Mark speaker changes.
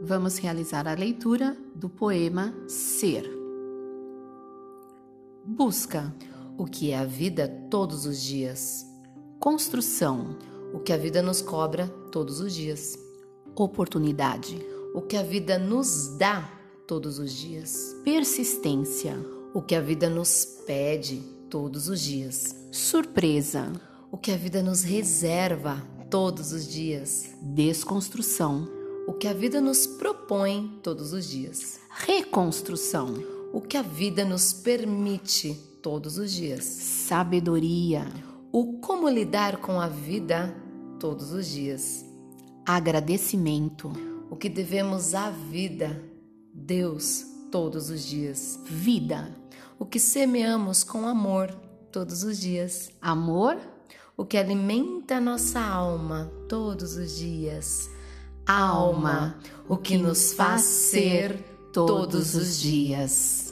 Speaker 1: vamos realizar a leitura do poema Ser. Busca o que é a vida todos os dias. Construção,
Speaker 2: o que a vida nos cobra todos os dias.
Speaker 1: oportunidade,
Speaker 2: O que a vida nos dá todos os dias.
Speaker 1: persistência,
Speaker 2: O que a vida nos pede todos os dias.
Speaker 1: surpresa,
Speaker 2: O que a vida nos reserva todos os dias.
Speaker 1: desconstrução,
Speaker 2: O que a vida nos propõe todos os dias.
Speaker 1: reconstrução,
Speaker 2: O que a vida nos permite todos os dias.
Speaker 1: sabedoria,
Speaker 2: O como lidar com a vida todos os dias.
Speaker 1: agradecimento,
Speaker 2: O que devemos à vida, Deus, todos os dias.
Speaker 1: vida,
Speaker 2: O que semeamos com amor todos os dias.
Speaker 1: amor,
Speaker 2: O que alimenta nossa alma todos os dias.
Speaker 1: alma, o que nos faz ser todos os
Speaker 2: dias.
Speaker 1: dias.